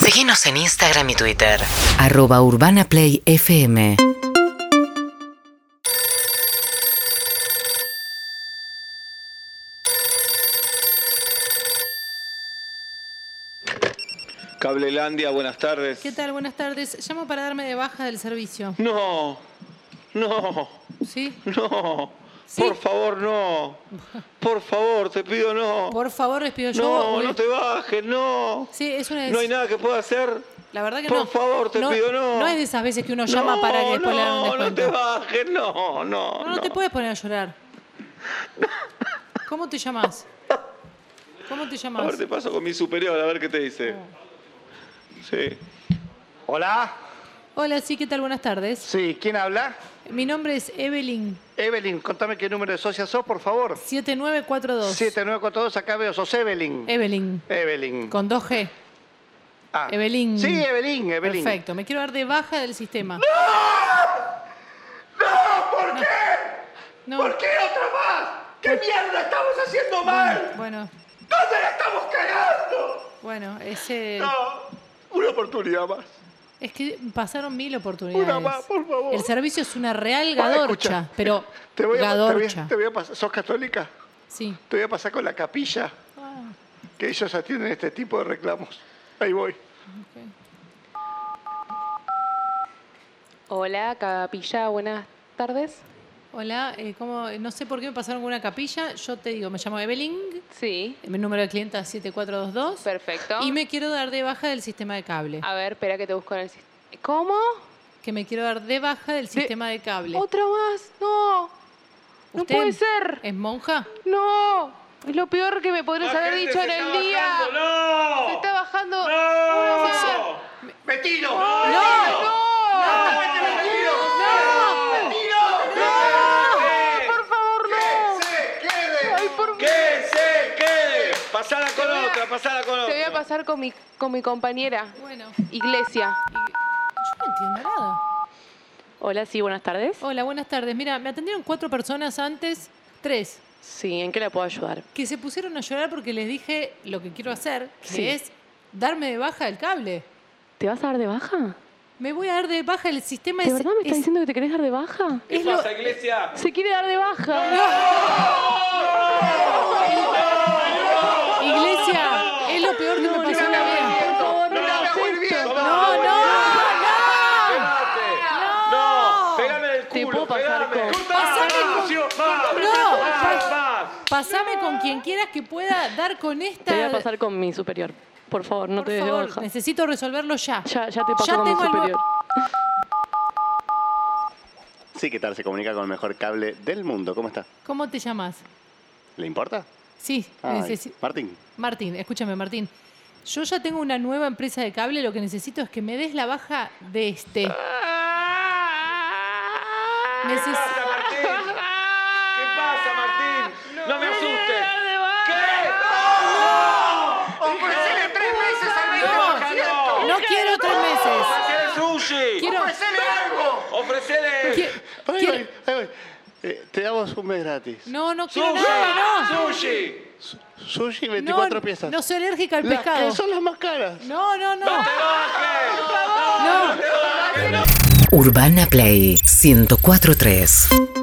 Seguinos en Instagram y Twitter. arroba urbanaplayfm Cablelandia, buenas tardes. ¿Qué tal? Buenas tardes. Llamo para darme de baja del servicio. No, no, ¿Sí? no. Sí. Por favor, no. Por favor, te pido no. Por favor, les pido yo. no, voy- no te bajes, no. Sí, es una de No hay nada que pueda hacer. La verdad que Por no. favor, te pido no. No es de esas veces que uno llama para que después le hagan un No, no descuento. te bajes, no, no. No, no te puedes poner a llorar. ¿Cómo te llamas? ¿Cómo A te ver, llamas? te paso con mi superior, a ver qué te dice. Sí. Hola, Hola, sí, ¿qué tal? Buenas tardes. sí, ¿quién habla? Mi nombre es Evelyn Evelyn, contame qué número de socia sos, por favor. 7942. 7942, acá veo, sos Evelyn. Evelyn, Evelyn. con 2G. Ah. Evelyn. Sí, Evelyn, Evelyn. Perfecto, me quiero dar de baja del sistema. ¡No! ¡No! ¿Por qué? otra más? ¿Qué mierda estamos haciendo No. Bueno, ¿Dónde la estamos cagando? bueno, ese. Una oportunidad más. Es que pasaron mil oportunidades. Una más, por favor. El servicio es una real Pará, gadorcha, escuchá. pero Te voy a, te voy a- gadorcha. te voy a pasar, ¿sos católica? Sí. Te voy a pasar con la capilla, Ah, que ellos atienden este tipo de reclamos. Ahí voy. ok. Hola, Capilla, buenas tardes. Hola, eh, ¿cómo? no sé por qué me pasaron con una capilla. Yo te digo, me llamo Evelyn, Sí, mi número de clienta es 7422. perfecto. Y me quiero dar de baja del sistema de cable. A ver, espera que te busco en el sistema. ¿Cómo? Que me quiero dar de baja del sistema de cable. Oh, ¿Otra más? No, no ¿Usted puede ser. ¿Es monja? No, es lo peor que me podrías La haber gente dicho se en el está día. bajando, Se está bajando. ¡No! Una más. ¡No! ¡Me tiro! ¡No! ¡Me tiro! ¡No! ¡Me tiro! ¡Por favor, no! ¡Se quede! ¡Ay, por ¡Que se quede! Pasala con voy a- otra, pasala con otra. Te voy a pasar con mi, con mi compañera, Bueno, Iglesia. yo no entiendo nada. Hola, sí, buenas tardes. Hola, buenas tardes. Mira, me atendieron cuatro personas antes, tres, Sí, ¿en qué la puedo ayudar? que se pusieron a llorar porque les dije lo que quiero hacer, que Sí. es darme de baja del cable. ¿Te vas a dar de baja? Me voy a dar de baja el sistema. ¿De es- verdad me estás es- diciendo que te querés dar de baja? ¿Qué es lo- pasa, iglesia? Se quiere dar de baja. Iglesia, es lo peor que me pasó en la vida. Por favor, no, la no, vuelviendo. No, no, no. No, pegame en el culo. Te puedo pasar pegame. con- Pasame con- Lucio, más, No, más, pas- más. Pasame con quien quieras que pueda dar con esta. Te voy a pasar con mi superior. Por favor, no Por te des de favor, baja. necesito resolverlo ya. Ya, ya te paso Ya con mi tengo el bo- superior. Sí, ¿qué tal? Se comunica con el mejor cable del mundo. ¿Cómo está? ¿Cómo te llamas? ¿Le importa? Sí, Ay, necesi- Martín. Martín, escúchame, Martín. Yo ya tengo una nueva empresa de cable, lo que necesito es que me des la baja de este. ¿Qué Neces- pasa, Martín? ¿Qué pasa, Martín? No, me asustes. ¿Qué? Oh, Oh, Ofrecele tres meses al No, No quiero tres meses. Ofrecele sushi. Quiero, ¡Ofrecele algo! Ofrecele. qui- Ahí quiero- voy, ahí voy. Eh, te damos un mes gratis. no, no quiero Sushi. nada, no. Sushi. Sushi, No, 24 piezas. No soy alérgica al Las eh, pescado. que son las más caras. No, no, no. ¡Te bajes! No. Urbana Play 1043